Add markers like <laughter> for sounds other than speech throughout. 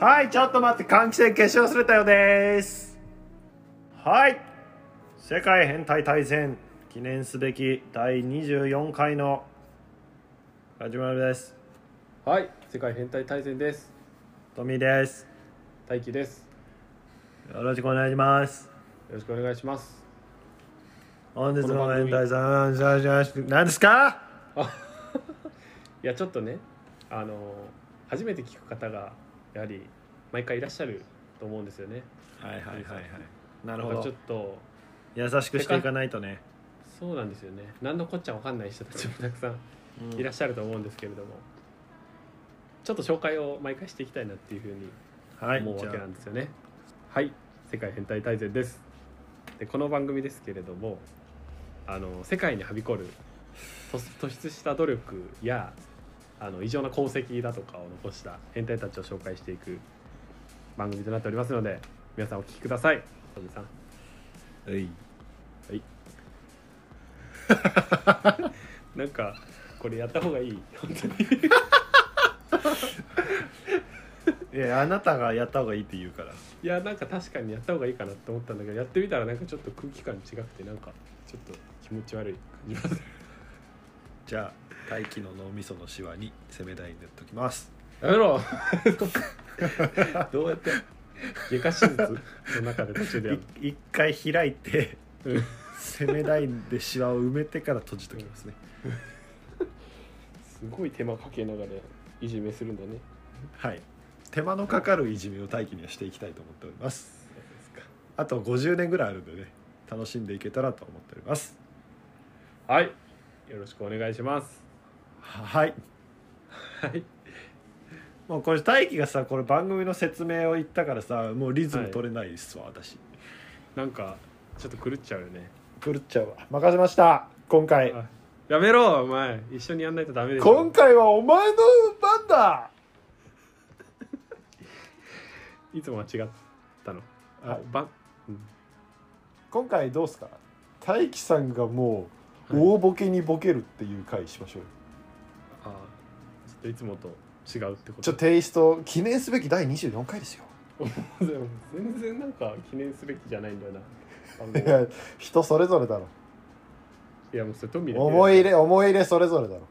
はい、ちょっと待って、換気扇消し忘れたよです。はい。世界変態大戦記念すべき第24回の始まりです。はい、世界変態大戦です。トミーです。大輝です。よろしくお願いします。よろしくお願いします。本日このの番変組態さん、何ですかいや、ちょっとね、あの初めて聞く方がやはり毎回いらっしゃると思うんですよね。はいはいはいはい。ななるほちょっど。と優しくしていかないとね。そうなんですよね。何のこっちゃわかんない人たちもたくさんうんいらっしゃると思うんですけれども、ちょっと紹介を毎回していきたいなっていうふうにはい、思うじわゃけなんですよね。はい、世界変態大全です。で、この番組ですけれども、あの世界にはびこる突突出した努力やあの異常な功績だとかを残した変態たちを紹介していく番組となっておりますので、皆さんお聞きください。トミーさん、あはいなんかこれやった方がいい。本当に。いや、あなたがやった方がいいって言うから。いやなんか確かにやった方がいいかなと思ったんだけど、やってみたらなんかちょっと空気感違くてなんかちょっと気持ち悪い感じがする。じゃあ、大気の脳みそのシワに攻め台に塗っときます。やめろどうやって外科手術 <laughs> の中で途中でやるい一回開いて、うん攻めラインでシワを埋めてから閉じときますね、すごい手間かけながらいじめするんだねはい手間のかかるいじめを大気にはしていきたいと思っておりますそうですかあと50年ぐらいあるんでね楽しんでいけたらと思っておりますはいよろしくお願いしますははいはいもうこれ大気がさこれ番組の説明を言ったからさもうリズム取れないっすわ、私なんかちょっと狂っちゃうよね、狂っちゃうわ任せました今回あやめろお前一緒にやんないとダメでしょ今回はお前の番だいつもは違ったのあはいば、うん、今回どうっすか大気さんがもうはい大ボケにボケるっていう回しましょうよあちょっといつもと違うってことちょテイスト記念すべき第24回ですよでも全然なんか記念すべきじゃないんだよなあ <laughs> のいや人それぞれだろいやもうそれトミーだけだよ思い入れ思い入れそれぞれだろ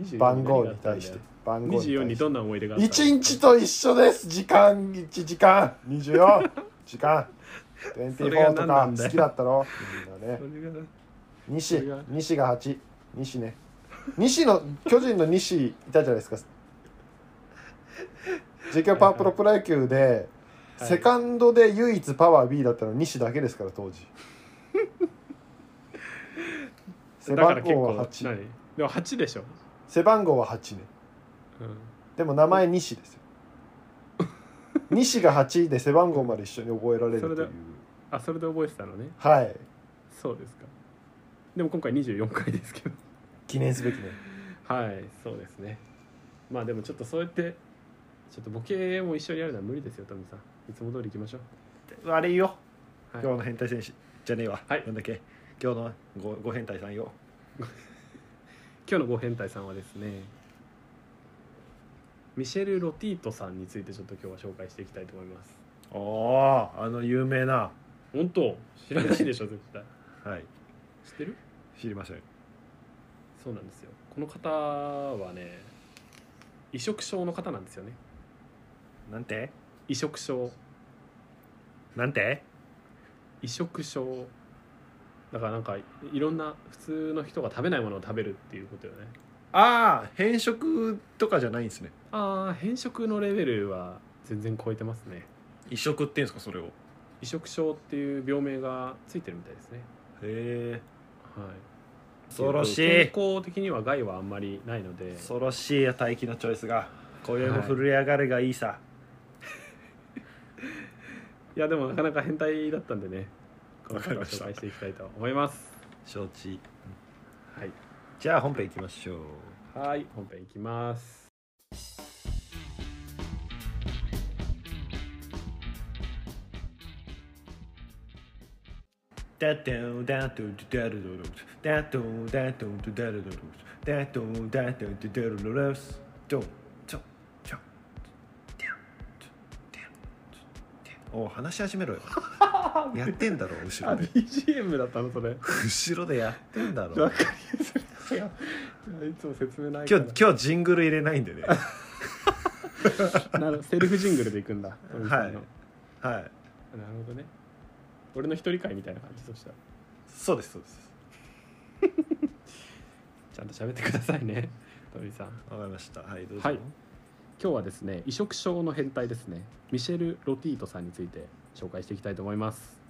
24番号に対して番号24にどんな思い出があったの1日と一緒です時間1時間24 <laughs> 時間それが24と何なかんだよ好きだったろみんなねそれが西それが西が8西ね西の巨人の西いたじゃないですか実況パワープロプロ野球ではいセカンドで唯一パワー B だったの西だけですから当時背だか番ら結号構は8何でも8でしょ、背番号は8ねうん、でも名前西です <laughs> よ西が8で背番号まで一緒に覚えられるといそれうであそれで覚えてたのねはいそうですかでも今回24回ですけど <laughs> 記念すべきねはいそうですねまあでもちょっとそうやってちょっとボケも一緒にやるのは無理ですよトミさんいつも通り行きましょうあれよは今い日の変態戦士じゃねえわ、はいなんだっけ今日のごご変態さんよ今日のご変態さんはですねミシェル・ロティートさんについてちょっと今日は紹介していきたいと思いますあああの有名な本当知らないで <laughs> しょ絶対はい知ってる知りませんそうなんですよこの方はね移植症の方なんですよねなんて移植症なんて移植症だからなんかいろんな普通の人が食べないものを食べるっていうことよねああ変色とかじゃないんですねああ変色のレベルは全然超えてますね移植っていうんですかそれをへ移植症っていう病名がついてるみたいですねえはい恐ろし健い康的には害はあんまりないので恐ろしいや大気のチョイスが今宵も震え上がれがいいさ、いやでもなかなか変態だったんでねこのわか方りをました紹介していきたいと思います承知はいじゃあ本編いきましょうはい本編いきますダトゥダトゥダルドルダトゥダトゥダルドルダトゥダトゥダルドルスドンチョンチョンチョンチョンおう話し始めろよやってんだろ後あろで BGM だったのそれ後ろでやってんだろわかりやす <laughs> いいやいつも説明ないか今日今日ジングル入れないんでねらなるセルフジングルでいくんだいなるはいほどね俺の一人会みたいな感じとしたらそうですそうですちゃんと喋ってくださいね鳥さんわかりましたはいどうぞ、はい今日はですね移植症の変態ですねミシェル・ロティートさんについて紹介していきたいと思います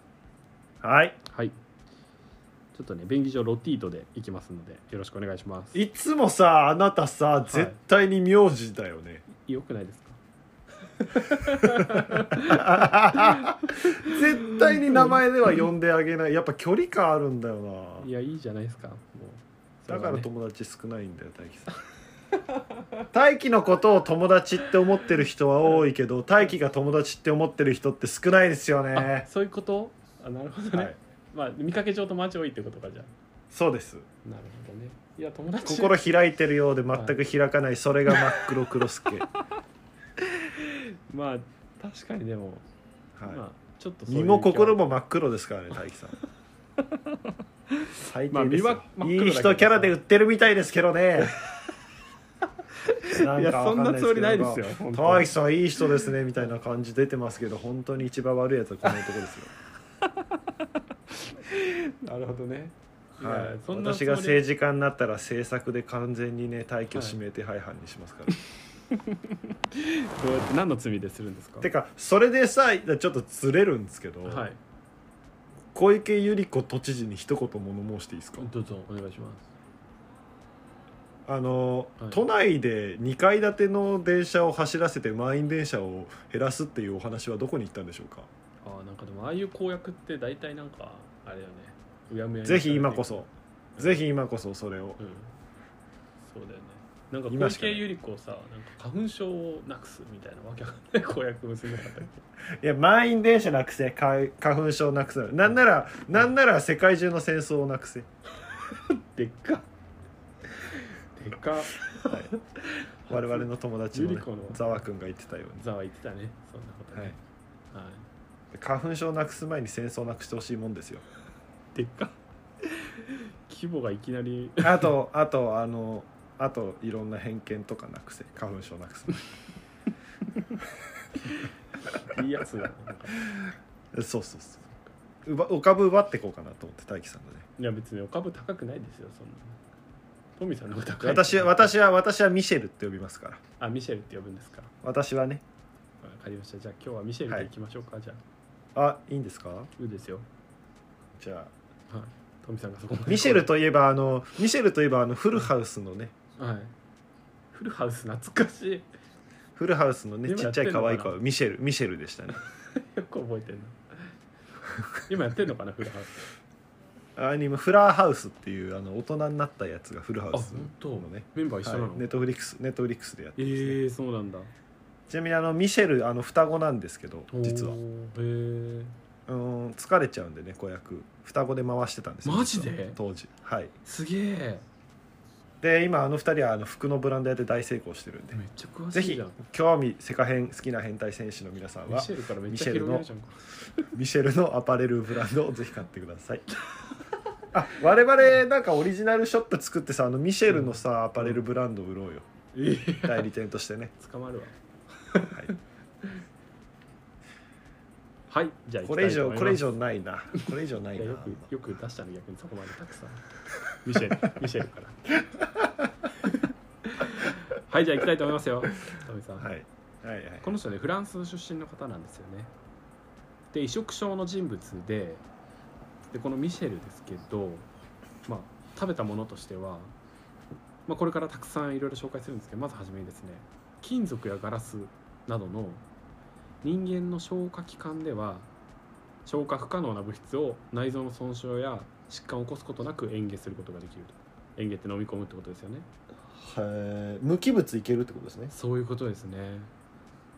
はい、はいちょっとね便宜上ロティートでいきますのでよろしくお願いしますいつもさあなたさい絶対に名字だよね、よくないですか <laughs> 絶対に名前では呼んであげないやっぱ距離感あるんだよいなやいいじゃないですかもうそれだはからね友達少ないんだよ大樹さん大樹のことを友達って思ってる人は多いけど大樹が友達って思ってる人って少ないですよあね、そういうことあなるほどはね、い、まあ見かけ上友達多いってことかじゃあそうですなるほどねいや友達心開いてるようで全く開かないそれが真っ黒クロスケ、はいまあ確かにでも、まあちょっとそういう身も心も真っ黒ですからね大樹 <laughs> さん最低ですよ、まあ身はいい真っ黒だけど人キャラで売ってるみたいですけど <laughs> ねいやそんなつもりないですよ本当大樹さんいい人ですねみたいな感じ出てますけど本当に一番悪いやつはこの男ですよなるほどねいはやい、そんなつ私もりが政治家になったら政策で完全にね大気を指名手配犯にしますから、どうやって何の罪でするんですかてかそれでさちょっとずれるんですけど、はい小池百合子都知事に一言物申していいですか、どうぞお願いしますあの、はい都内で2階建ての電車を走らせて満員電車を減らすっていうお話はどこに行ったんでしょうか、ああなんかでもああいう公約って大体なんかあれだよねうやむやにぜひ今こそうんぜひ今こそそれをうんそうだよねなんか今小しかない池百合子さなんか花粉症をなくすみたいなわけわかんない <laughs> 公約結んでなかったっいや満員電車なくせか花粉症なくせなんならなんなら世界中の戦争をなくせけでっかでっか我々の友達の、ね百合子の、ざわくんが言ってたようざわ言ってたねそんなことに、ね、はい花粉症なくす前に戦争なくしてほしいもんですよでっか規模がいきなりあとあとあのあといろんな偏見とかなくせ花粉症なくすいいやつだななんかそうそうそう奪お株奪ってこうかなと思って大樹さんがねいや別にお株高くないですよそんなトミーさんの方が高い私は私は私はミシェルって呼びますからあミシェルって呼ぶんですか私はねわかりましたじゃあ今日はミシェルでいきましょうか、じゃああいいんですかうですよじゃあはいトミさんがそこまでミシェルといえばあのミシェルといえばあのフルハウスのねはいフルハウス懐かしいフルハウスのね今ちやっっちゃてんいの可かな愛い子はミシェルミシェルでしたねよく覚えてるな今やってんのかなフルハ <laughs> ウスあ今フラーハウスっていうあの大人になったやつがフルハウス本当のねメンバー一緒なの、ネットフリックスネットフリックスでやってええますね、ー、そうなんだちなみにあのミシェルあの双子なんですけど実はおーへえうーん疲れちゃうんでね子役双子で回してたんですよマジ実はで当時はいすげえで今あの二人はあの服のブランドやって大成功してるんでめっちゃ詳ぜしいひじゃん興味セカ編好きな変態選手の皆さんミはシェルからめっミシちゃェル広のげるじゃんかミシェルのアパレルブランドをぜひ買ってください <laughs> あ我々なんかオリジナルショップ作ってさあのミシェルのさアパレルブランド売ろうよええ代理店としてね、捕まるわはい、 <laughs> はいじゃあ行こきたれい以と上思いますこれ以上ないなこれ以上ないいやなよくよく出したの逆にそこまでたくさんミシェルミシェルから <laughs> はいじゃあ行きたいと思いますよトミさん、はいはいはいこの人ねフランス出身の方なんですよねで移植症の人物ででこのミシェルですけど、まあ、食べたものとしては、まあ、これからたくさんいろいろ紹介するんですけどまずはじめにですね金属やガラスなどの人間の消化器官では消化不可能な物質を内臓の損傷や疾患を起こすことなく嚥下することができると嚥下って飲み込むってことですよねへー無機物いけるってことですねそういうことですね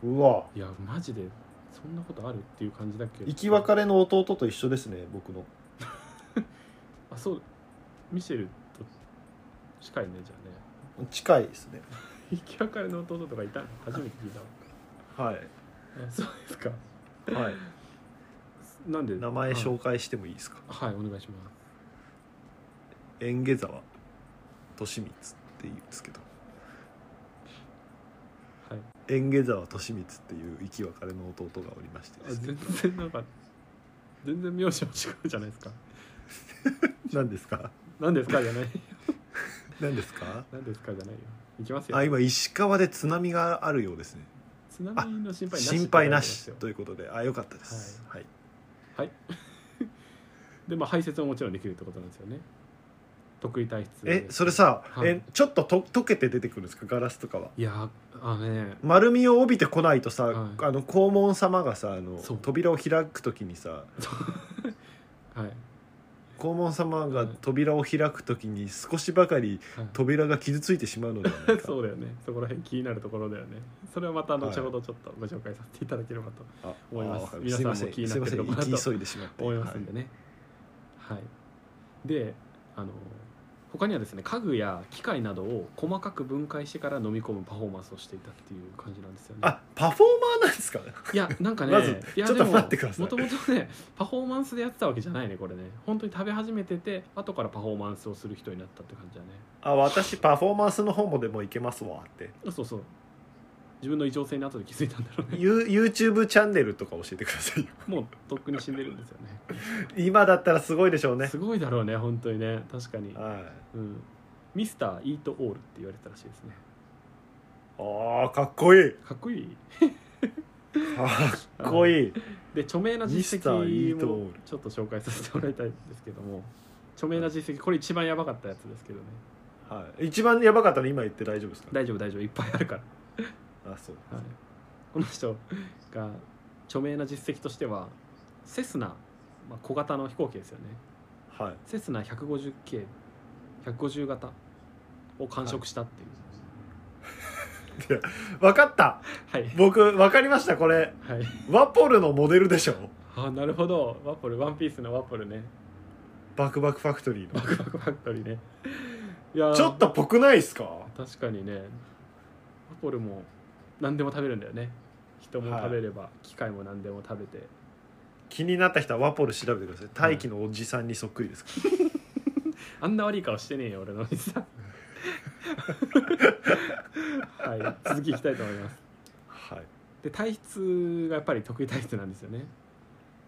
うわいやマジでそんなことあるっていう感じだけど生き別れの弟と一緒ですね僕のあそうミシェルと近いねじゃあね <laughs> 近いですね生き別れの弟とかいたの初めて聞いたわはいあそうですかはい、なんで名前はい紹介してもいいですかはいお願いします嚥下沢利光っていうんですけどはい嚥下沢利光っていう生き別れの弟がおりましてあですね全然なんか全然名字も違うじゃないですか何ですか何ですかじゃない <laughs> 何ですか何ですかじゃないよいきますよあ今石川で津波があるようですね津波の心配なし心配なってし書いてありますよということであよかったです、はい <laughs> でまあ排泄ももちろんできるってことなんですよね得意体質えそれさ、はいえちょっとと溶けて出てくるんですかガラスとかはいやあのね丸みを帯びてこないとさ、はいあの黄門様がさあのそう扉を開くときにさ <laughs> はい、はい、黄門様が扉を開くときに少しばかり扉が傷ついてしまうのではないか <laughs> そうだよねそこら辺気になるところだよねそれはまた後ほどちょっとご紹介させていただければとあ思いまあすわかる皆すいさんまもせん気にすなっいませてるんのかなと行き急いでしまって思いますんでねはい、であの他にはですね家具や機械などを細かく分解してから飲み込むパフォーマンスをしていたっていう感じなんですよねはいあパフォーマーなんですかいやなんかね、まずいやちょっと待ってくださいもともとねパフォーマンスでやってたわけじゃないねこれね本当に食べ始めてて後からパフォーマンスをする人になったって感じだねあ私パフォーマンスの方もでもいけますわってそうそう自分の異常性に後で気づいたんだろうね You- YouTube チャンネルとか教えてくださいよ <laughs> もうとっくに死んでるんですよね今だったらすごいでしょうねすごいだろうね本当にね確かに、はいうん、ミスター・イート・オールって言われてたらしいですねあーかっこいいかっこいいかっこいいで著名な実ミスターイ績ートオもールちょっと紹介させてもらいたいんですけども著名な実績これ一番やばかったやつですけどねはい、一番やばかったの今言って大丈夫ですか大丈夫大丈夫いっぱいあるからあそうはい、この人が著名な実績としてはセスナ、まあ、小型の飛行機ですよねはいセスナ 150K150 型を完食し <laughs> たってい分かったうはい僕分かりましたこれはい、ワポルのモデルでしょあなるほどワッポルワンピースのワッポルねバクバクファクトリーバのクバクファクトリーねいやーちょっとぽくないですか確かにねワッポルも何でも食べるんだよね人も食べれば、機械も何でも食べて気になった人はワポル調べてください大気のおじさんにそっくりですかあんな悪い顔してねえよ俺のお <laughs> じさんはい続きいきたいと思いますら、はい、で体質がやっぱり得意体質なんですよね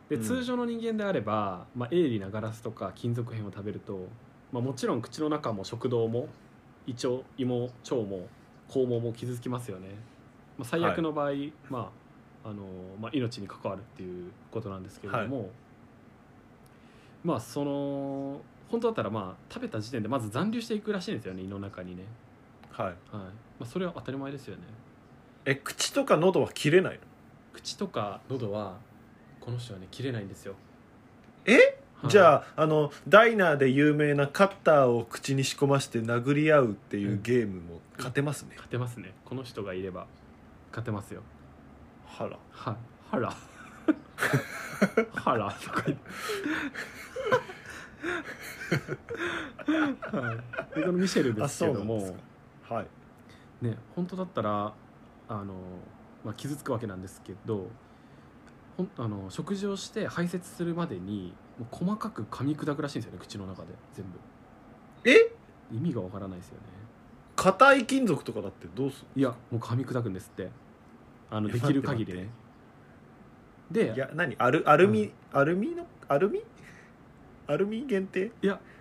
でうん通常の人間であれば、まあ、鋭利なガラスとか金属片を食べると、まあ、もちろん口の中も食道も胃腸胃も腸も肛門も傷つきますよね、まあ、最悪の場合、まああのまあ、命に関わるっていうことなんですけれども、まあその本当だったらまあ食べた時点でまず残留していくらしいんですよね胃の中にね、はい、はいまあ、それは当たり前ですよねえ口とか喉は切れないの口とか喉はこの人はね切れないんですよえ、じあゃああのダイナーで有名なカッターを口に仕込まして殴り合うっていうゲームも勝てますね、勝てますねこの人がいれば勝てますよはらは <laughs> はらはらとか言って、はい、でこのミシェルですけどあそうなもんではいね本当だったらあの、まあ、傷つくわけなんですけどほんあの食事をして排泄するまでにもう細かく噛み砕くらしいんですよね口の中で全部え意味がわからないですよね硬い金属とかだってどうすいやもう噛み砕くんですってあのいやできる限り待っねでるいいやや何アルアルミ、アルミのアルミアルミ限定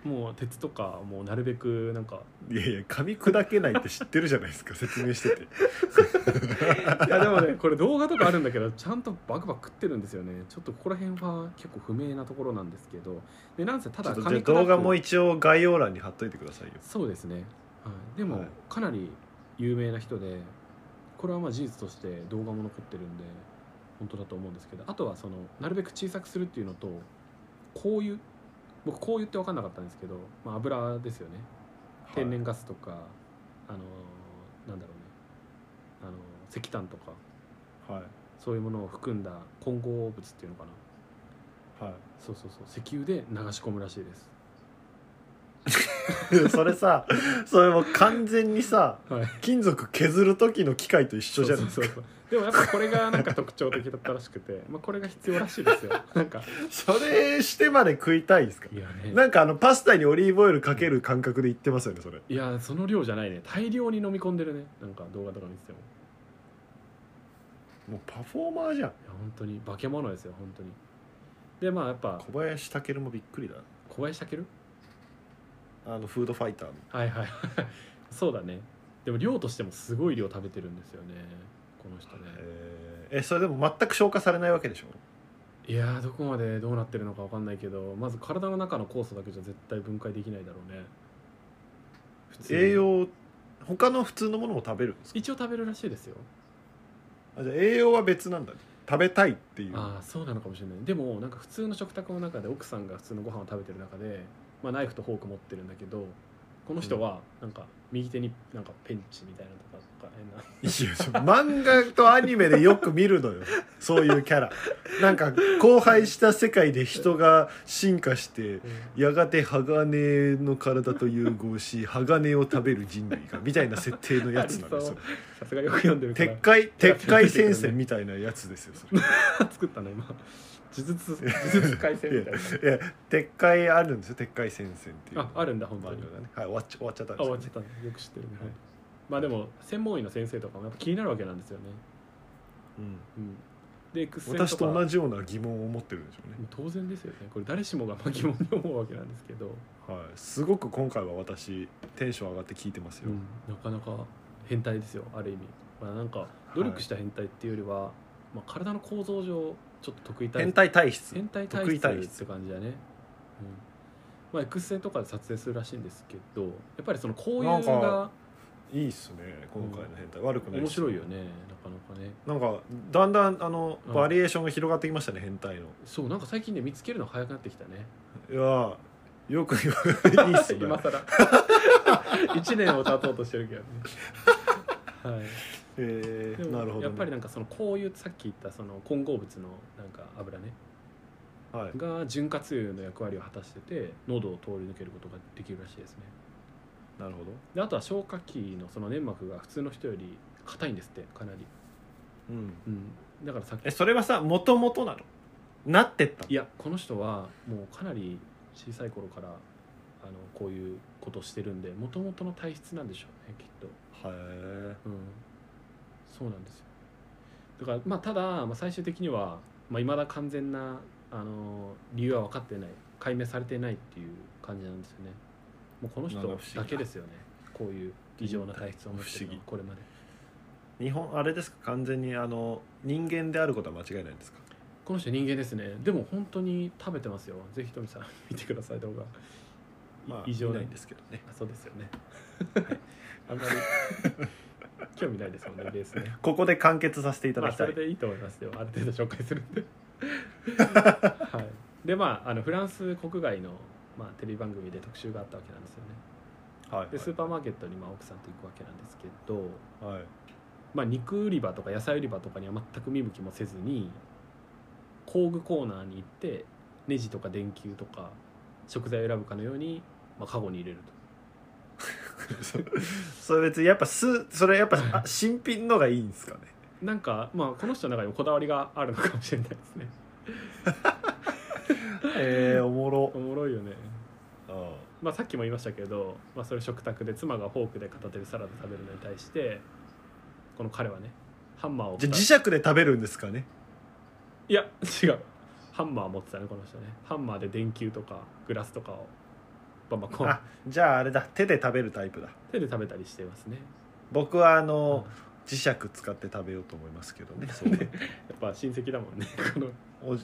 もう鉄とかもうなるべくな <laughs> んかいやいや噛み砕けないって知ってるじゃないです <laughs> か説明してていやでもねこれ動画とかあるんだけどちゃんとバクバク食ってるんですよねちょっとここら辺は結構不明なところなんですけどでなんせたちょだっと噛じゃあみ砕く動画も一応概要欄に貼っといてくださいよそうですね、はい、でも、はいかなり有名な人でこれはまあ事実として動画も残ってるんで本当だと思うんですけどあとはそのなるべく小さくするっていうのとこういう僕こう言って分かんなかったんですけど、まあ、油ですよね天然ガスとか、あのーなんだろうね、あのー石炭とかはいそういうものを含んだ混合物っていうのかなはい、はいそうそうそう石油で流し込むらしいです <laughs> それさそれもう完全にさはい金属削る時の機械と一緒じゃんそうそうそうでもやっぱこれがなんか特徴的だったらしくて、 <laughs> まあ、これが必要らしいですよ <laughs> なんかそれしてまで食いたいですかいやねなんかあのパスタにオリーブオイルかける感覚で言ってますよねそれいやその量じゃないね大量に飲み込んでるねなんか動画とか見ててももうパフォーマーじゃんいや本当に化け物ですよ本当にでまあやっぱ小林健もびっくりだ小林健あのフードファイターのはいはい <laughs> そうだねでも量としてもすごい量食べてるんですよねこの人ねえーえそれでも全く消化されないわけでしょいやーどこまでどうなってるのかわかんないけどまず体の中の酵素だけじゃ絶対分解できないだろうね普通に栄養他の普通のものも食べるんですか一応食べるらしいですよあじゃあ栄養は別なんだね食べたいっていうああそうなのかもしれないでもなんか普通の食卓の中で奥さんが普通のご飯を食べてる中で、まあ、ナイフとフォーク持ってるんだけどこの人はなんか右手になんかペンチみたいなのとかなんか変ないや漫画とアニメでよく見るのよそういうキャラなんか荒廃した世界で人が進化してやがて鋼の体と融合し鋼を食べる人類がみたいな設定のやつなんですよさすがよく読んでるか鉄ら海鉄海戦線みたいなやつですよそれ作ったの今 <laughs> 呪術呪術廻戦みたいないや鉄海あるんですよ鉄海戦線っていうああるんだ本当に漫画がねはい終わっちゃ終わっちゃったんあです終わけっどちゃねったねよく知ってるね、はいまあでも専門医の先生とかもやっぱ気になるわけなんですよね、うんうん、で X 線とか私と同じような疑問を持ってるんでしょうねもう当然ですよねこれ誰しもがまあ疑問に思うわけなんですけど、はいすごく今回は私テンション上がって聞いてますよ、なかなか変態ですよある意味、まあ、なんか努力した変態っていうよりは、まあ、体の構造上ちょっと得意体変態体質変態得意体体質質って感じだね、うんまあ、X 線とかで撮影するらしいんですけどやっぱりそのこういうなのんかがいいっすね今回の変態、悪くないっ面す白いよねなかなかねなんかだんだんあのうんバリエーションが広がってきましたね、変態のそうなんか最近ね見つけるの早くなってきた <laughs> ねいやーよく言わいいっす <laughs> ね今更一年を経とうとしてるけ <laughs> どねはいえでー、もなるほど、ね、やっぱりなんかそのこういうさっき言ったその混合物のなんか油ねはい、が潤滑油の役割を果たしてて喉を通り抜けることができるらしいですねなるほどであとは消化器のその粘膜が普通の人より硬いんですってかなり、うんうん、だからさっきえそれはさもともとなのなってったのいやこの人はもうかなり小さい頃からあのこういうことをしてるんでもともとの体質なんでしょうねきっとへえうん、そうなんですよだからまあただ、まあ、最終的には、まあ、未だ完全なあの理由は分かってない解明されてないっていう感じなんですよねもうこの人なんか不思議なだけですよねこういう異常な体質を持ってるの不思は議これまで日本あれですか完全にあの人間であることは間違いないんですかこの人人間ですねでも本当に食べてますよぜひとみさん <laughs> 見てください動画まあ異常見なないいんですけどねあそうですよね <laughs> あんまり <laughs> 興味ないですもんねベースねここで完結させていたまだあ、きそたれい、でいいと思いますよある程度紹介するん <laughs> で、はい、でまああのフランス国外の、まあ、テレビ番組で特集があったわけなんですよねはいでスーパーマーケットに、まあ、奥さんと行くわけなんですけど、はい <laughs> まあ、肉売り場とか野菜売り場とかには全く見向きもせずに工具コーナーに行ってネジとか電球とか食材を選ぶかのように、まあ、カゴに入れるとそそれ別にやっぱすそれやっ <laughs> ぱあ新品のがいいんですかねなんか、まあ、この人の中にもこだわりがあるのかもしれないですね <laughs> えー、おもろおもろいよねあまあ、さっきも言いましたけど、まあ、それ食卓で妻がフォークで片手でサラダ食べるのに対してこの彼はねハンマーをじゃあ磁石で食べるんですかねいや違うハンマー持ってたねこの人ねハンマーで電球とかグラスとかをバンバンこあうじゃああれだ手で食べるタイプだ手で食べたりしてますね僕はあのや磁石使って食べようと思いますけどねそうねっぱ親戚だもんねこのお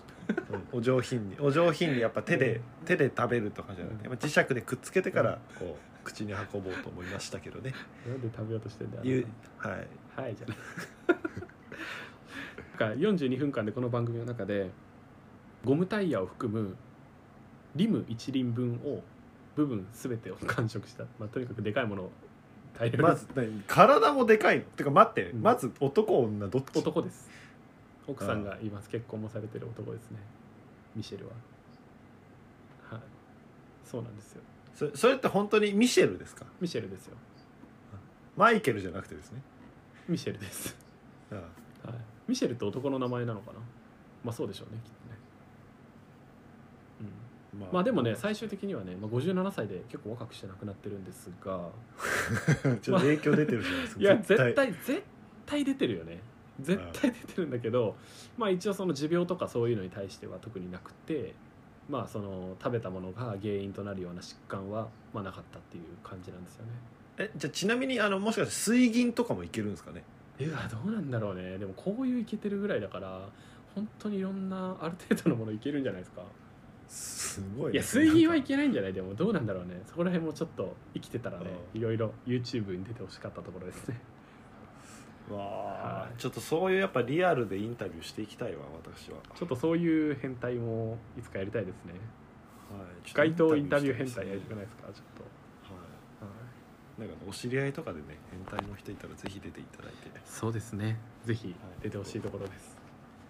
お上品にお上品にやっぱ手で、手で食べるとかじゃなくてうんやっぱ磁石でくっつけてからこう口に運ぼうと思いましたけどねなんで食べようとしてんだよゆはいはいじゃあなんか42分間でこの番組の中でゴムタイヤを含むリム1輪分を部分全てを完食した、まあ、とにかくでかいものを大量に、まず何体もでかいのてか待って、うんまず男女どっち男です奥さんがいます結婚もされてる男ですねミシェルははいそうなんですよそそれって本当にミシェルですかミシェルですよマイケルじゃなくてですねミシェルです、ああはい、ミシェルって男の名前なのかなまあそうでしょうねきっとね、まうん、まあでもね最終的にはね、まあ、57歳で結構若くして亡くなってるんですがちょっと影響出てるじゃないですかいや絶対絶対出てるよね絶対出てるんだけど、まあ一応その持病とかそういうのに対しては特になくてまあその食べたものが原因となるような疾患はまあなかったっていう感じなんですよねえじゃあちなみにあのもしかして水銀とかもいけるんですかねうわどうなんだろうねでもこういういけてるぐらいだから本当にいろんなある程度のものいけるんじゃないですかすごいいや水銀はいけないんじゃないでもどうなんだろうねそこら辺もちょっと生きてたらねういろいろ YouTube に出てほしかったところですね <laughs> わはあいちょっとそういうやっぱリアルでインタビューしていきたいわ私はちょっとそういう変態もいつかやりたいですねはいちょっと街頭インタビュー変態やはりいたくないですかちょっとなんかねお知り合いとかでね変態の人いたらぜひ出ていただいてそうですねぜひはい出てほしいところです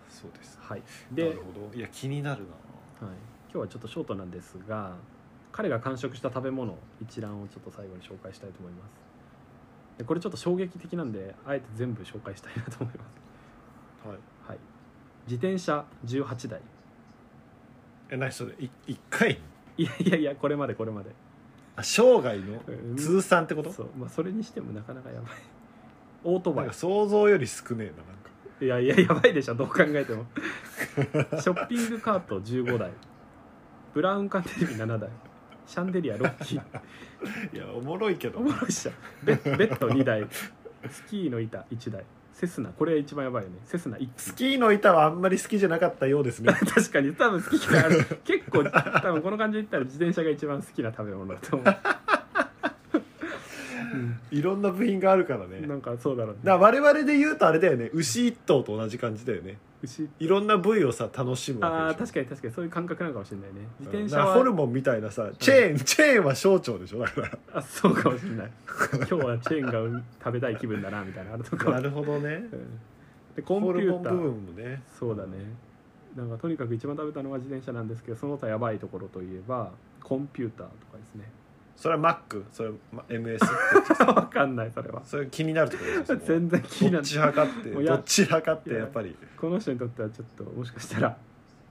そうですはいなで、はいる、ほどいや気になるな今日はちょっとショートなんですが彼が完食した食べ物一覧をちょっと最後に紹介したいと思いますでこれちょっと衝撃的なんであえて全部紹介したいなと思いますはいはい自転車18台え何それい一回いやいやいやこれまでこれまであ生涯のうん通算ってことそうまあそれにしてもなかなかやばい <laughs> オートなバんイか想像より少ねえななんかいやいややばいでしょどう考えてもショッピングカート15台ブラウン管テレビ7台シャンデリア6機いやおもろいけどおもろいっしょベッベッド2台スキーの板1台セスナこれ一番やばいよねセスナ1スキーの板はあんまり好きじゃなかったようですね確かに多分好き嫌いある結構多分この感じで言ったら自転車が一番好きな食べ物だと <laughs> 思う、いろんな部品があるからねうんなんかそうだろうねだから我々で言うとあれだよね牛一頭と同じ感じだよね牛いろんな部位をさ楽しむあわあけでし確かに確かにそういう感覚なのかもしれないねょ自転うん車だからはホルモンみたいなさチェーン、 <laughs> チェーンは小腸でしょだかあそうかもしれない今日はチェーンがうん食べたい気分だなみたいなのあるとからなるほどねうんでコホンピルモューンタ部ー分もねそうだねなんかとにかく一番食べたのは自転車なんですけどその他やばいところといえばコンピューターとかですね <laughs> それはマックそれはま MS <laughs> わかんないそれはそれ気になるところですよ全然気にどなっるち派かってもうやどっち派かってやっぱりこの人にとってはちょっともしかしたら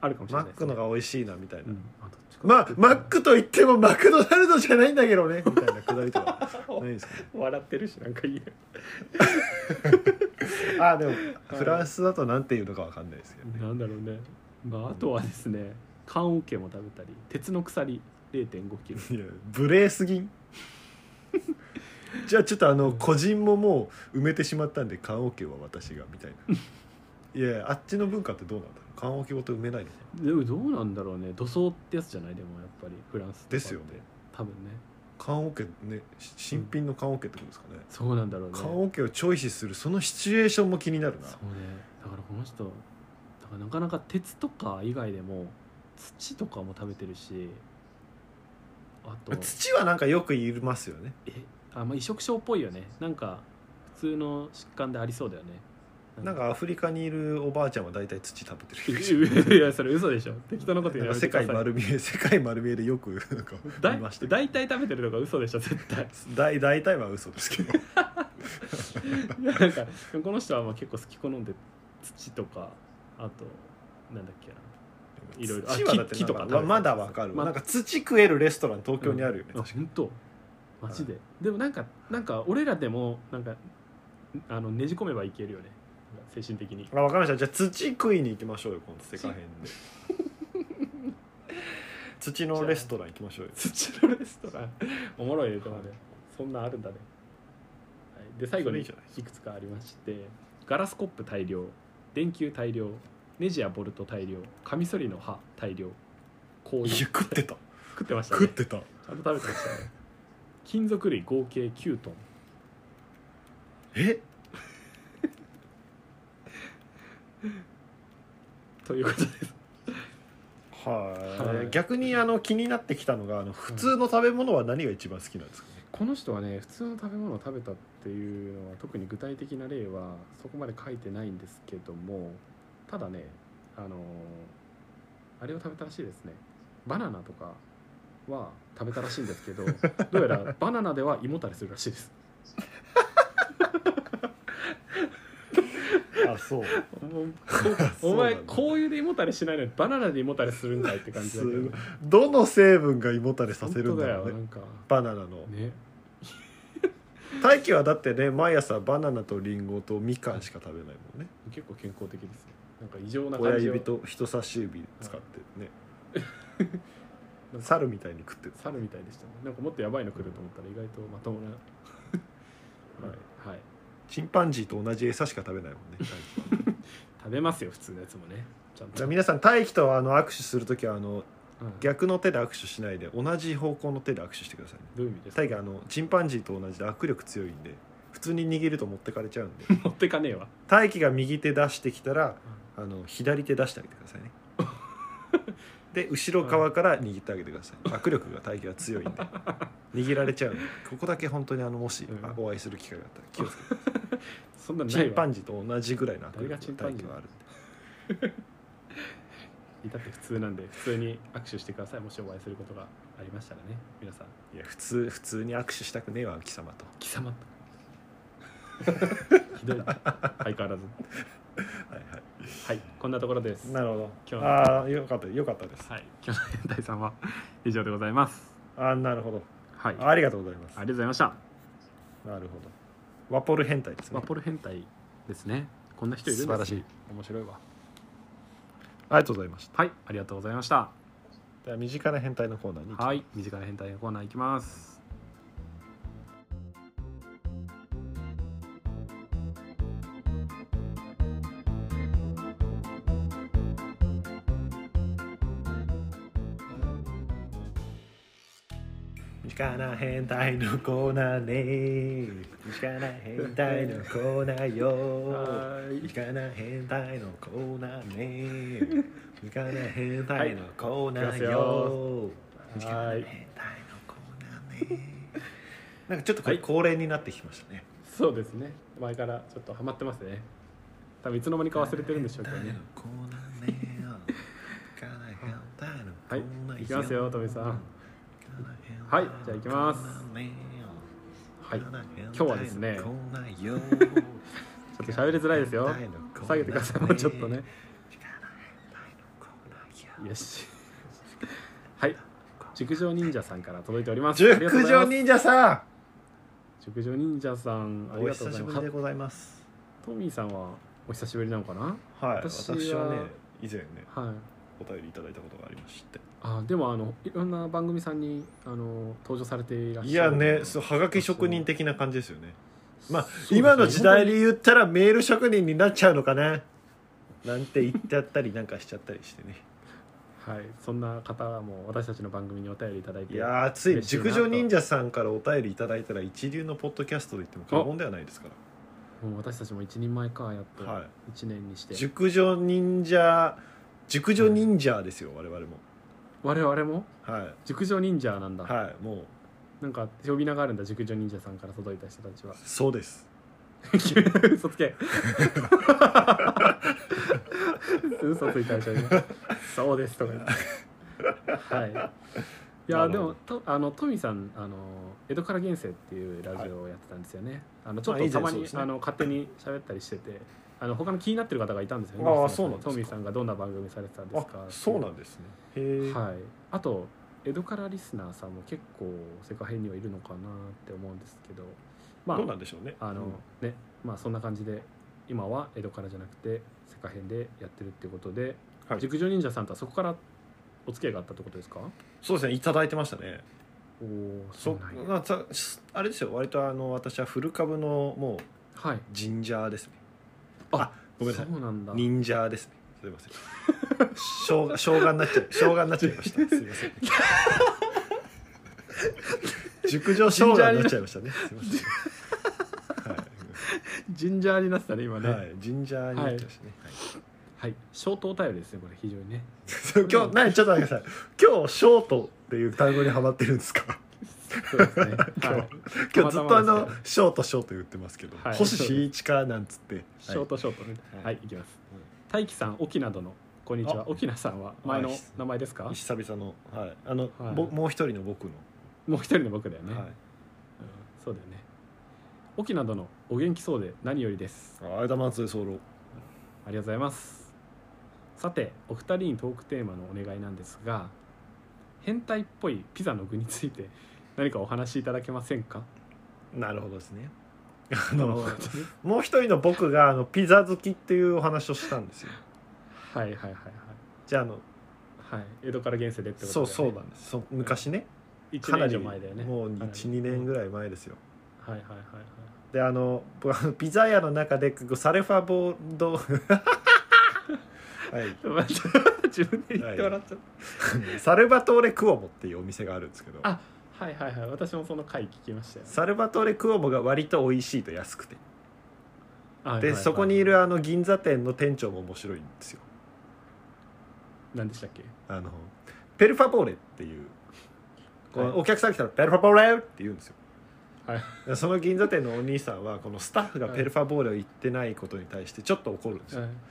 あるかもしれマなッいですクね、のが美味しいなみたいな、うんあどっちかまあマックといってもマクドナルドじゃないんだけどねみたいなくだりとかないですかね笑ってるしなんかいいあーでもフランスだとなんていうのかわかんないですけどねなんだろうねまああとはですね缶オケも食べたり鉄の鎖0 5キロいや無礼すぎんじゃあちょっとあの個人ももう埋めてしまったんで棺桶は私がみたい <laughs> ないやいやあっちの文化ってどうなんだろう棺桶ごと埋めないのかなでもどうなんだろうね土葬ってやつじゃないでもやっぱりフランスとかってですよね多分ね棺桶ねし新品の棺桶ってことですかねそうなんだろうね棺桶をチョイスするそのシチュエーションも気になるなそうねだからこの人だからなかなか鉄とか以外でも土とかも食べてるしあと土はなんかよく言いますよねえあまあ、移植症っぽいよねなんか普通の疾患でありそうだよねなんかアフリカにいるおばあちゃんは大体土食べてる <laughs> いやそれ嘘でしょ適当なこと言なんかうのやめて世くだ界さい丸見え世界丸見えでよくなんかだ見ましたけど大体食べてるのが嘘でしょ絶 <laughs> 対大大体は嘘ですけどいやなんかこの人はまあ結構好き好んで土とかあとなんだっけないいろろいろ土いろあは木だって木とかなん食べてるまだわかるわ、まなんか土食えるレストラン東京にあるよね、うんあ確かに本当マジで、でもなんかなんか俺らでもなんかあのねじ込めばいけるよねなんか精 <laughs> 神的にあわかりましたじゃあ土食いに行きましょうよ今度世界 <laughs> 編で土のレストラン行きましょうよ土のレストランおもろいねでもねそんなんあるんだね、はい、で最後それいにいいじゃないですくつかありましてガラスコップ大量電球大量ネジやボルト大量カミソリの刃大量こういや食ってた食ってました食っねてたちゃんと食べてましたね金属類合計9トンえということですはい、はい逆にあの気になってきたのがあの普通の食べ物は何が一番好きなんですかね、この人はね普通の食べ物を食べたっていうのは特に具体的な例はそこまで書いてないんですけどもただねあのーあれを食べたらしいですねバナナとかは食べたらしいんです <laughs> けどどうやらバナナでは胃もたれするらしいですあ <laughs> そうもうそうなんお前だこういうで胃もたれしないのにバナナで胃もたれするんかいって感じだけどすごいどの成分が胃もたれさせるん本当だだろようなねんかバナナのね大輝はだってね毎朝バナナとリンゴとみかんしか食べないもんね結構健康的ですねなんか異常な親感じを指と人差し指使ってねなんか猿みたいに食ってる猿みたいでしたねなんかもっとやばいの来ると思ったら意外とまともな <laughs> はい、はい、チンパンジーと同じ餌しか食べないもんね大 <laughs> 輝食べますよ普通のやつもねちゃんじゃと、あうん皆さん大輝とあの握手する時はあの逆の手で握手しないで同じ方向の手で握手してくださいねどういう意味ですか大輝あのチンパンジーと同じで握力強いんで普通に握ると持ってかれちゃうん <laughs> で持ってかねえわ大輝が右手出してきたらあの左手出してあげてください <laughs> ねで後ろ側から握ってあげてください握力が大輝は強いんで握られちゃうんでここだけ本当にあのもし、うんあお会いする機会があったら気をつけてそんなんなチいンパわンジーと同じぐらいの握誰がチ力ンパがン大ジー輝はあるんで至って普通なんで普通に握手してくださいもしお会いすることがありましたらね皆さんいや普通普通に握手したくねえわ貴様と貴様 <laughs> ひどいな相変わはいはらずいはいこんなところですなるほど。今日のああ、よかった、よかったです。はい今日の変態さんは以上でございますああ、なるほど。はいあありがとうございます。りがとうございましたなるほど。ワポル変態ですねワ。ポル変態ですねこんな人いるんですね素晴らしい面白いわありがとうございました。はいありがとうございましたでは、身近な変態のコーナーに行きます。はい身近な変態のコーナーいきます身近な変態のコーナーね。身近な変態のコーナーよ。身は近な変態のコーナーね。身近な変態のコーナーよ。身近なー変態のいコーナーね。なんかちょっとこれ恒例になってきましたね。そうですね前からちょっとハマってますね多分いつの間にか忘れてるんでしょうけどねはい、はい行いききまますすよ、よとトみミささんん。ははいい、じじゃあ行ゃあ行ききまますす。はい、今日はですね。ちちょょっっと喋と喋りりづづららいでいですすよよ。下下げてげてくくだだささい。いもうもうちちょょっっととねね。よしはい熟女忍者さんから届いておりますありがとうございます者さん。熟女忍者さんありがとうございますございます。トミーさんはお久しぶりなのかなはい、私私ははね、以前ね、はいお便りいただいたことがありまして。あでもあのいろんな番組さんにあの登場されていらっいしゃやるね、そう、はがき職人的な感じですよね。まあ、そう今の時代本で言ったら、メール職人になっちゃうのかな。なんて言っちゃったり、なんかしちゃったりしてね。当にはいそんな方も私たちの番組にお便りいただいていやーついに嬉しいなと熟女忍者さんからお便りいただいたら一流のポッドキャストで言っても過言ではないですかもう私たちも一人前かやっとはい一年にしらて、熟女忍者熟女忍者ですよ我々も我々もは熟女忍者なんだ、いはいもうなんか呼び名があるんだ熟女忍者さんから届いた人たちはそうです嘘つけ嘘ついたでしょ今そうですとか言ってはいいなやるでほもとあのトミさんあの江戸から現世っていうラジオをやってたんですよね、あのちょっまあ以前とたまそうにであ、すねの勝手に喋ったりしててあの他の気になってる方がいたんですよねああリスそナーさうなんですかトミさんがどんな番組されてたんですあかっていそうなんですねへえ、はい、あと江戸からリスナーさんも結構世界編にはいるのかなって思うんですけどまどうなんあでしょうねあうの、んねまあそんな感じで今は江戸からじゃなくて世界編でやってるってことで、はい、熟女忍者さんとはそこからお付き合いがあったってことですかそうですねいただいてましたねおおそなんやまあさあれですよ割とあの私は古株のもうはいジンジャーですねあごめんなさいそうなんだ忍者ですねすいませんしょうがしょうがになっちゃいしょうがになっちゃいましたすいません熟女しょうがになっちゃいましたねすいませジンジャーになってたね今んねはい、は、はいい、ジンジャーになっちゃいましたね、ショートお便りですねこれ非常にねそう今日何ちょっと待ってください今日ショートっていう単語にハマってるんですかそうですね今日はい今日ずっとあたまたまのですショートショート言ってますけど、はい星新一かなんつってショートショートねはいはい、い、きますうん大輝さん沖などのこんにちはあ沖縄さんは前の名前ですか久々の、はい、あの、はいぼもう一人の僕の、もう一人の僕だよね、はい、うんそうだよね沖縄殿お元気そうで何よりですあありがとうございます候ありがとうございますさてお二人にトークテーマのお願いなんですが変態っぽいピザの具について <laughs> 何かお話しいただけませんかなるほどですねああのはいもう一人の僕があのピザ好きっていうお話をしたんですよ <laughs> はいはいはいじゃああのはい江戸から現世でってことそうそうだなんですそう昔ね1かな年以り上前だよねもう12年ぐらい前ですよはいはいはいはいであの僕あのピザ屋の中でサルファボー <laughs> ドはい待って <laughs> 自分で言って笑っちゃっサルバトーレ・クオモっていうお店があるんですけどあたはいはいはい私もその回聞きましたよサルバトーレ・クオモが割と美味しいと安くてはいはいはいでそこにいるあの銀座店の店長も面白いんですよ何でしたっけあのペルファボーレっていうこはいうお客さん来たら「ペルファボーレ!」って言うんですよ <laughs> はいでその銀座店のお兄さんはこのスタッフがペルファボーレを言ってないことに対してちょっと怒るんですよはい「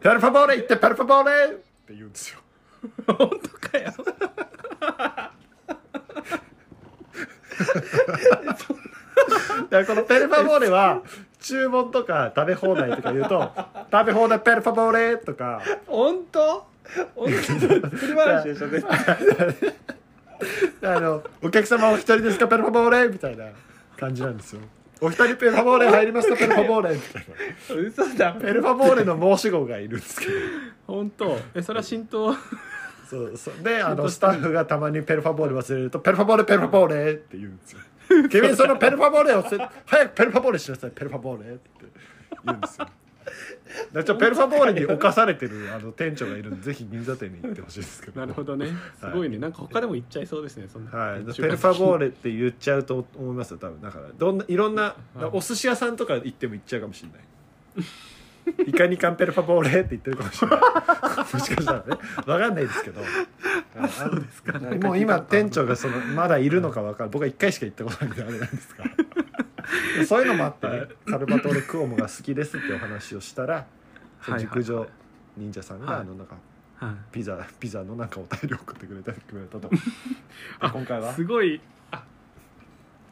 ペルファボーレ行ってペルファボーレ!」って言うんですよ本当かよそんだからこのペルファボーレは注文とか食べ放題とか言うと「食べ放題ペルファボーレ!」とか本当 <laughs> 本当作り話でしょ絶対あの「お客様お一人ですかペルファボーレ!」みたいな感じなんですよ「お二人ペルファボーレ入りますかペルファボーレ!」みたいな嘘だペルファボーレの申し子がいるんですけど本当えそれは浸 <laughs> 透そうそう <laughs> であのスタッフがたまにペルファボーレ忘れると「ペルファボーレペルファボーレ」って言うん <laughs> ですよ「君そのペルファボーレをせ早くペルファボーレしなさいペルファボーレ」って言うんです <laughs> よだからちょっとペルファボーレに侵されてるあの店長がいるんでぜひ銀座店に行ってほしいですけどなるほどねすごいねなんか他でも言っちゃいそうですねそんなはい、ペルファボーレって言っちゃうと思いますよ多分だからどんないろんなはいお寿司屋さんとか行っても行っちゃうかもしれ <laughs> ないイカニカンペルファボーレって言ってるかもしれないもしかしたらね分かんないですけどそうですかなんかもう今店長がそのまだいるのか分かる僕は1回しか行ったことないんであれなん <laughs> ですがそういうのもあってね、カルバトーレ・クオモが好きですってお話をしたらその熟女忍者さんが、はいあのなんかはいピザピザのなんかお便りを送ってくれたくれ <laughs> たとであ今回はすごいあ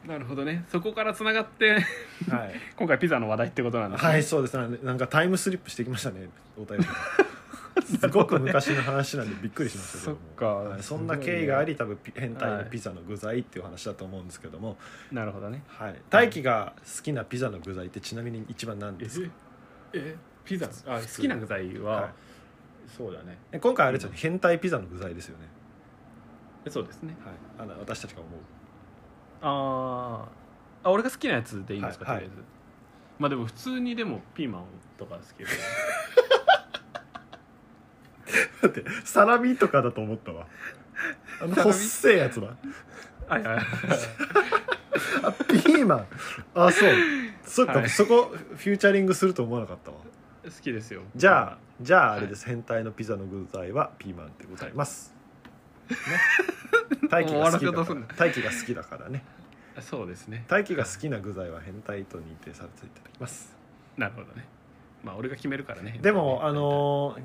なるほどねそこからつながって <laughs> はい今回ピザの話題ってことなんですねはい、そうですね。なんかタイムスリップしてきましたね。お <laughs> 便りが。すごく昔の話なんでびっくりしましたけども。そっかはいそんなすごいね経緯があり、多分ピ変態のピザの具材っていう話だと思うんですけども。なるほどねはい。大輝が好きなピザの具材ってちなみに一番なんえですか。えピザあ好通きな具材は、はそうだねい。今回あれですよね。変態ピザの具材ですよね。えそうですねはい。あの私たちが思う。 <laughs> あーあ俺が好きなやつでいいんですか、はいとりあえずまあでも普通にでもピーマンとか好 <laughs> きでだってサラミとかだと思ったわ。あのサラミ細いやつだ。はいはいはいあピーマン。あそう。そっか、はいそこフューチャリングすると思わなかったわ。 <laughs> 好きですよじゃあ、じゃああれです、変態のピザの具材はピーマンでございます。ね、 <laughs> 大輝が好きだもう笑い方かすらんな大輝が好きだからね。あそうですね大輝が好きな具材は変態と認定されていただきます。なるほどねまあ俺が決めるからねでもあのー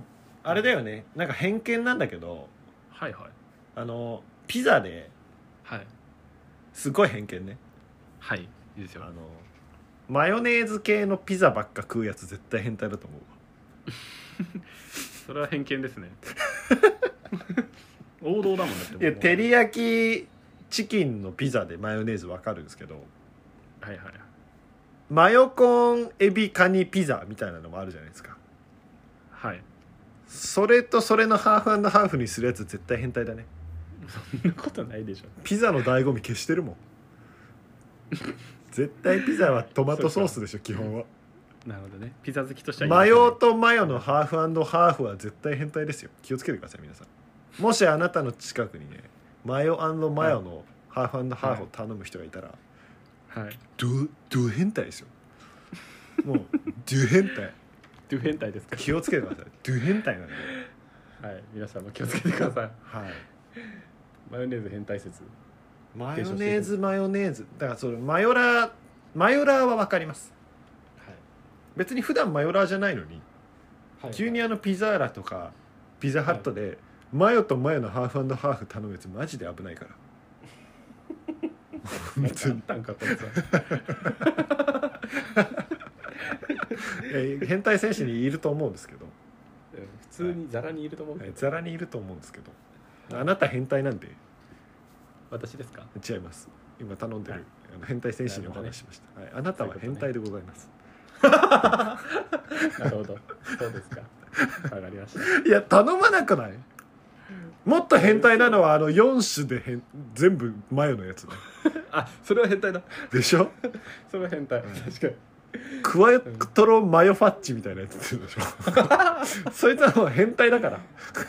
あれだよね、なんか偏見なんだけど、はいはいあのーピザではいすごい偏見ね。はいいいですあよのーマヨネーズ系のピザばっか食うやつ絶対変態だと思うわ。それは偏見 <laughs> ですね王道だもんだってもういや照り焼きチキンのピザでマヨネーズわかるんですけど。はいはいマヨコーンエビカニピザみたいなのもあるじゃないですかはいそれとそれのハーフハーフにするやつ絶対変態だねそんなことないでしょピザの醍醐味消してるもん絶対ピザはトマトソースでしょ基本はなるほどねピザ好きとしてはマヨとマヨのハーフハーフは絶対変態ですよ気をつけてください皆さんもしあなたの近くにねマヨマヨのハーフハーフを頼む人がいたら、はいドゥドゥ変態ですよもうドゥ変態ドゥ変態ですか気をつけてくださいドゥ変態なんではい皆さんも気をつけてくださいはい <laughs> マヨネーズ変態説マヨネーズマヨネーズだからそれマヨラーマヨラーは分かりますはい別に普段マヨラーじゃないのにはい急にあのピザーラとかピザハットで、マヨとマヨのハーフハーフ頼むやつマジで危ない <laughs> から本当なんにかあったんかこいつはえー変態選手にいると思うんですけどうん普通にザラにいると思うけえどーざらにいると思うんですけどあなた変態なんで私ですか違います今頼んでる、はあいの変態選手にお話ししました、はい、あなたは変態でございますなるほどそうですか <laughs> わかりましたいや頼まなくないもっと変態なのはあの4種で変全部マヨのやつねあそれは変態だでしょそれは変態確かにクワトロマヨファッチみたいなやつって言うでしょそいつはもう変態だから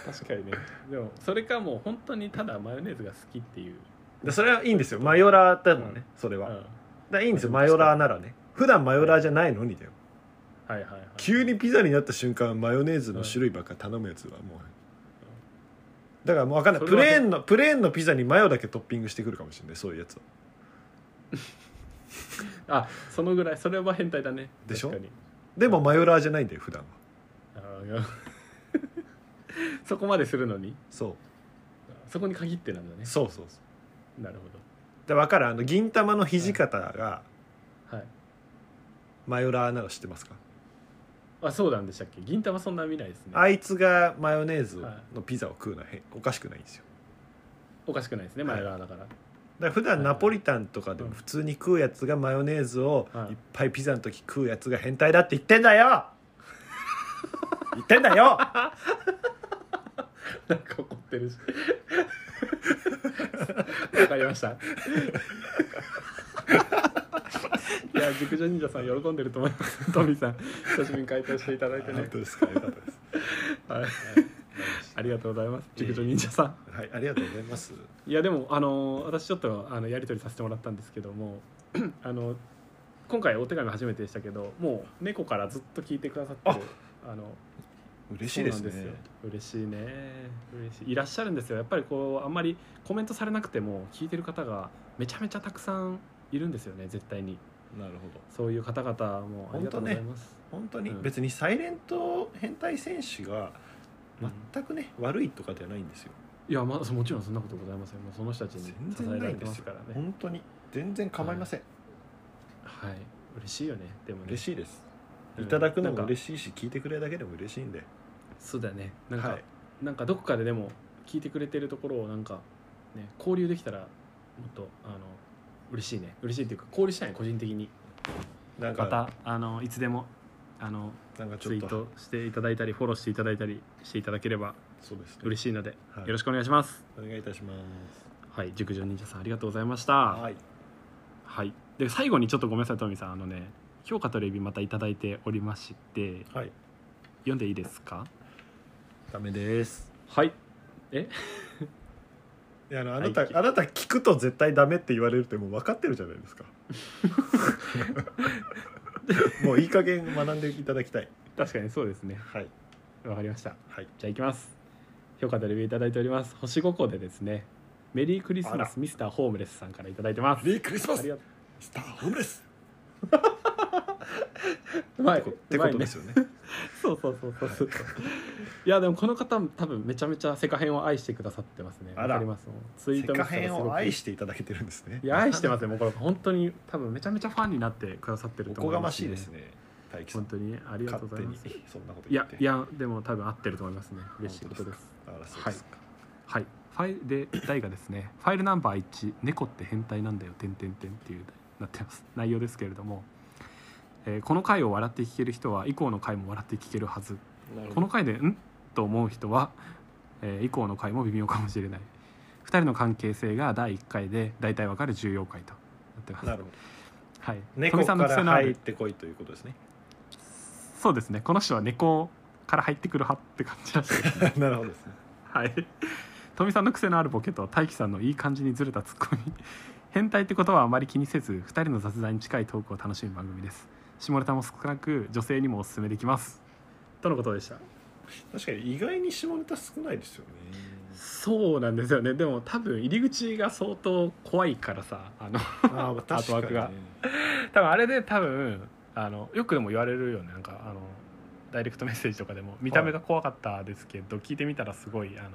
確かにねでもそれかもう本当にただマヨネーズが好きっていう、でそれはいいんですよマヨラーだもんね、それうん、は、だかはらいいんですよマヨラーならね普段マヨラーじゃないのにだよいはいはい急にピザになった瞬間マヨネーズの種類ばっか頼むやつはもうだからもう分かんないそプれはレーンのプレーンのピザにマヨだけトッピングしてくるかもしれないそういうやつはあそのぐらいそれは変態だねでしょ確かにでもマヨラーじゃないんだよ普段はあー <laughs> そこまでするのにそそこに限ってなんだねうそうそうそうなるほで分かるあの銀玉の肘方がどはいマヨラーなら知ってますかあそうなんでしたっけ銀玉そんな見ないですねあいつがマヨネーズのピザを食うのはへんおかしくないんですよおかしくないですねマヨラーだから、だから普段ナポリタンとかでも普通に食うやつがマヨネーズをはいいっぱいピザの時食うやつが変態だって言ってんだ <laughs> よ言ってんだよ <laughs> なんか怒ってるしわかりましたいや熟女忍者さん喜んでると思いますトミーさん久しぶりに回答していただいてね本当ですかよかったですはい、ありがとうございます熟女忍者さんはいありがとうございますいやでもあの私ちょっとあのやり取りさせてもらったんですけどもあの今回お手紙初めてでしたけどもう猫からずっと聞いてくださってるあの嬉しそいうなでんすねよ嬉しいね嬉しいいらっしゃるんですよやっぱりこうあんまりコメントされなくても聞いてる方がめちゃめちゃたくさんいるんですよね絶対になるほどそういう方々もありがとうございます、本当にうん別にサイレント変態選手が全くね悪いとかではないんですよいやまあもちろんそんなことございませんもうその人たちに支全然えらなれいんてでますすよからね本当に全然構いませんはい嬉しいよねでもね嬉しいですうんいただくのなんもか嬉しいし聞いてくれるだけでも嬉しいんでそうだよねなんか、はいなんかどこかででも聞いてくれてるところをなんか、ね、交流できたらもっとあの嬉しいね嬉しいっていうか交流したいね個人的になんまかたあのいつでもあのなんかちツょイっーとトしていただいたりフォローしていただいたりしていただければそうですね嬉しいので、はいよろしくお願いしますお願いいたしますはい熟女忍者さんありがとうございましたはいはい、で最後にちょっとごめんなさいトミーさんあのね評価とレビューまたいただいておりましてはい読んでいいですかダメですはいいやあのあはいなた、きあなた聞くと絶対ダメって言われるってもう分かってるじゃない <laughs> ですかもういい加減学んでいただきたい確かにそうですねはいわかりましたはいじゃあ行きます評価とレビューいただいております星5個でですねメリークリスあマらスミスターホームレスさんからいただいてますリークリスマありがとスターホームレスうまいってことですよねそうそうそうそうそう、い、やでもこの方多分めちゃめちゃセカヘンを愛してくださってますねあわらかりますもんツイセートカ見てたヘらンすごをく愛していただけてるんですねいや愛してますねもうこれ本当に多分めちゃめちゃファンになってくださってるおと思こいがま、ますしいですね大輝さ本ん当にありがとう勝ござ手いまにすそんなことい言やっていやでも多分合ってると思いますね本嬉しい当ことかですあらそうですか、はい、ファイルで題がですねファイルナンバー1「猫って変態なんだよ」てんてんてんっていうなってます内容ですけれども、えーこの回を笑って聞ける人は以降の回も笑って聞けるはずなるこの回で「ん?」と思う人は、えー以降の回も微妙かもしれない2人の関係性が第1回で大体わかる14回となってますなるほどはい猫富さかんの癖らのあ入っるてこいということです <laughs> ねそうですねこの人は猫から入ってくる派って感じ <laughs> らしいですなるほどですねはい。富さんの癖のあるボケと大輝さんのいい感じにずれたツッコミ変態ってことはあまり気にせず2人の雑談に近いトークを楽しむ番組です下ネタも少なく女性にもおすすめできますとのことでした確かに意外に下ネタ少ないですよねそうなんですよねでも多分入り口が相当怖いからさあの <laughs> あーまあ確後枠がね多分あれで多分あのよくでも言われるよねなんかあのダイレクトメッセージとかでも見た目が怖かったですけど、聞いてみたらすごいあの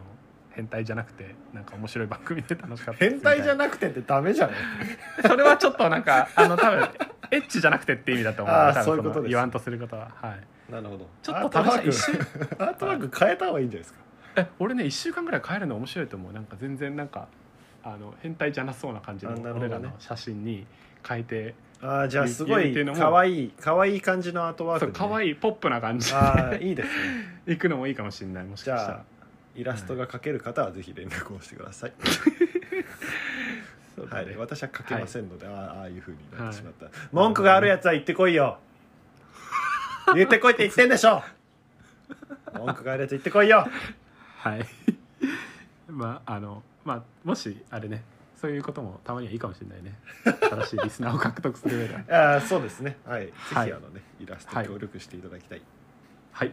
変態じゃなくてなんか面白い番組で楽しかったです変態じゃみなくてってダメじゃないたいな <laughs> それはちょっとなんかあの多分エッチじゃなくてって意味だと思うあー多分そういうことのです言わんとすることははいなるほどちょっと楽しい一瞬アートワーク変えた方がいいんじゃないですかえ俺ね1週間ぐらい帰るの面白いと思うなんか全然なんかあの変態じゃなそうな感じのあなるほどね俺らの写真に変えてああじゃあすご言ういてんのも可愛い可愛い感じのアートワークそでうね可愛いポップな感じああいいですね <laughs> 行くのもいいかもしれないもしかしじたゃらあイラストが描ける方はぜひ連絡をしてください、 <laughs> そうだはねい、私は描けませんので、ああああいう風になってしまった、文句文句ががああるるややつは言ってこい <laughs> よ言ってこいって言ってんでしょ文句があるやつ言ってこいよはい。 <laughs> まああのまあもしあれねそういうこともたまにはいいかもしれないね。新しいリスナーを獲得する上 <laughs> では。ああそうですねはい、ぜひあはいのねイラストはい協力していただきたい、はい。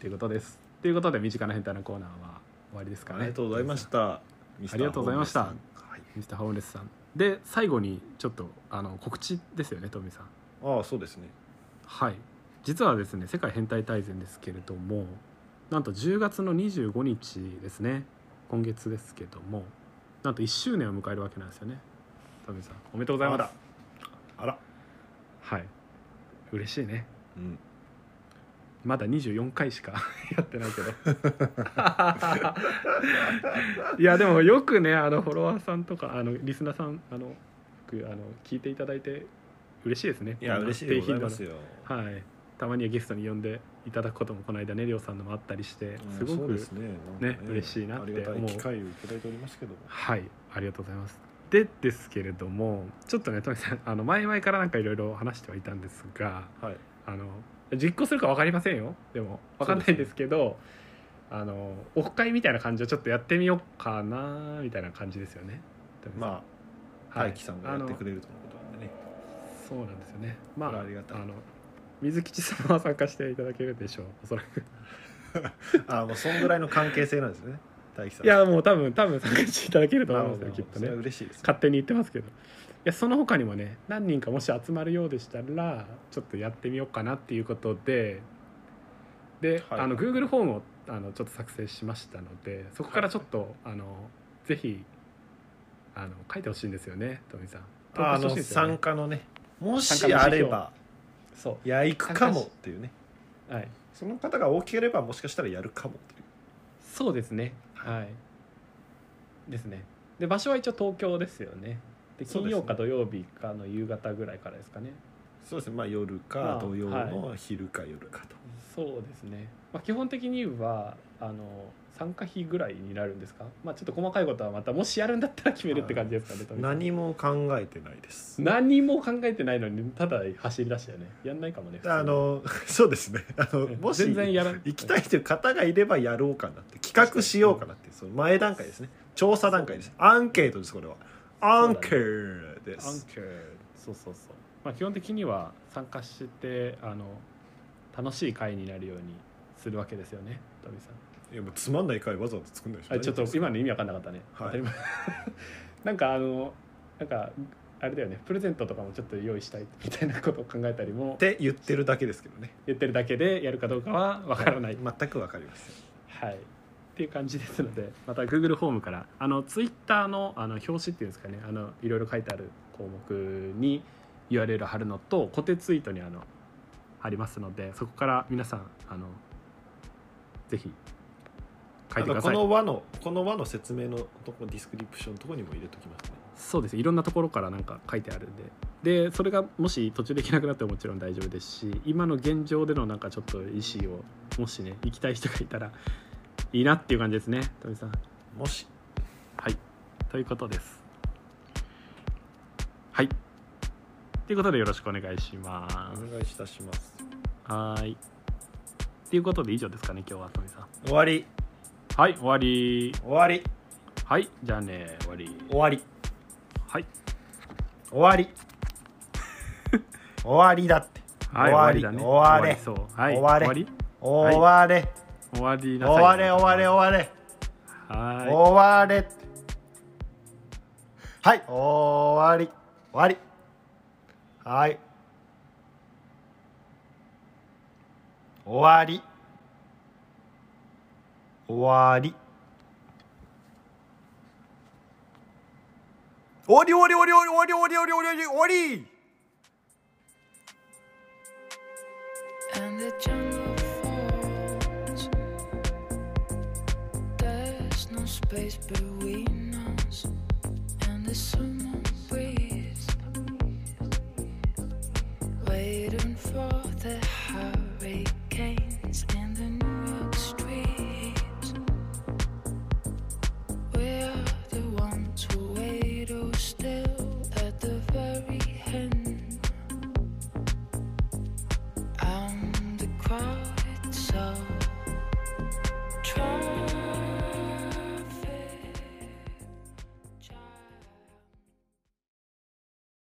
ということです。ということで身近な変態のコーナーは終わりですかね。ありがとうございましたミスターありがとうございましたホームレスさんはいミスターホームレスさん。で最後にちょっとあの告知ですよねトミさん。ああそうですねはい。実はですね世界変態大全ですけれどもなんと10月の25日ですね今月ですけどもなんと1周年を迎えるわけなんですよねトミさんおめでとうございあますらあらはい嬉しいねうんまだ24回しか <laughs> やってないけ <laughs> どいやでもよくねあのフォロワーさんとかあのリスナーさんあのよくあの聞いていただいて嬉しいですねいやこんな嬉しいでございます低頻よ度なはいたまにはゲストに呼んでいただくこともこの間ねりょうさんのもあったりしてうんすごそうく、ですねねなんか嬉しいなっあてりがたい思う機会をいただいておりますけどもはいありがとうございますでですけれどもちょっとねトミさんあの前々からなんかいろいろ話してはいたんですがはいあの実行するか分かりませんよでも分かんないんですけどあのオフ会みたいな感じをちょっとやってみようかなみたいな感じですよねまあは大い輝さんがやってくれるとのことなんでねそうなんですよねまこれあはありがたいの水吉様は参加していただけるでしょうおそらくああもうそんぐらいの関係性なんですね大輝さんいやもう多分多分参加していただけるとなる思いほますどよきっとそれはね嬉しいですね勝手に言ってますけどいやその他にもね何人かもし集まるようでしたらちょっとやってみようかなっていうことでで、はいあの Google フォームをあのちょっと作成しましたのでそこからちょっと、あのぜひあの書いてほしいんですよね富井さん。あ投稿のしてほしいですよね参加のねも参し加のあ指れ標ばそいや行くかもっていうねう、はい、その方が大きければもしかしたらやるかもというそうですねはいですねで場所は一応東京ですよねでそう金ですね曜か土曜日かの夕方ぐらいからですかねそうですねまあ夜まかあ土曜の昼か夜かと、そうですね、まあ、基本的にはあの参加費ぐらいになるんですか、まあ、ちょっと細かいことはまたもしやるんだったら決めるって感じですかね、富井さん何も考えてないです何も考えてないのにただ走り出したよねやんないかもねあ <laughs> のそうですねあの普通にもし全然やらない行きたいという方がいればやろうかなって企画しようかなっていうその前段階ですね調査段階ですアンケートですこれはアだねンケートでアンす、ケーそうそうそう、まあ、基本的には参加してあの楽しい会になるようにするわけですよね富井さんいやもうつまんない回わざわざ作んないでしょあちょっと今の意味わかんなかったね、はい当たり前 <laughs> なんかあのなんかあれだよねプレゼントとかもちょっと用意したい <laughs> みたいなことを考えたりもって言ってるだけですけどね言ってるだけでやるかどうかはわからない、全くわかりませんはい、っていう感じですのでまた Google フォームからあの Twitter のあの表紙っていうんですかねあのいろいろ書いてある項目に URL 貼るのと固定ツイートにあの貼りますのでそこから皆さんあのぜひ書いてくださあいのこの輪のこの輪の説明のとこディスクリプションのとこにも入れときますねそうですいろんなところからなんか書いてあるんででそれがもし途中できなくなってももちろん大丈夫ですし今の現状でのなんかちょっと意思をもしね行きたい人がいたらいいなっていう感じですね富井さんもしはいということですはいということでよろしくお願いしまおす願いいたしますはーいということで以上ですかね今日は富井さん終わりはい終わり終わりはいじゃあね終わり終わりはい終わ <laughs> り終わりだってはい終わり終われ終わりそうはい終われ終わり終われ、終わりなさい終われ終われ終われ、はい終われってはい終わり終わりはい終わり終わり終わり終わり終わり終わり終わり終わり終わり終わり and the jungle falls. There's no space between us and the summer breeze, waiting for the hurricane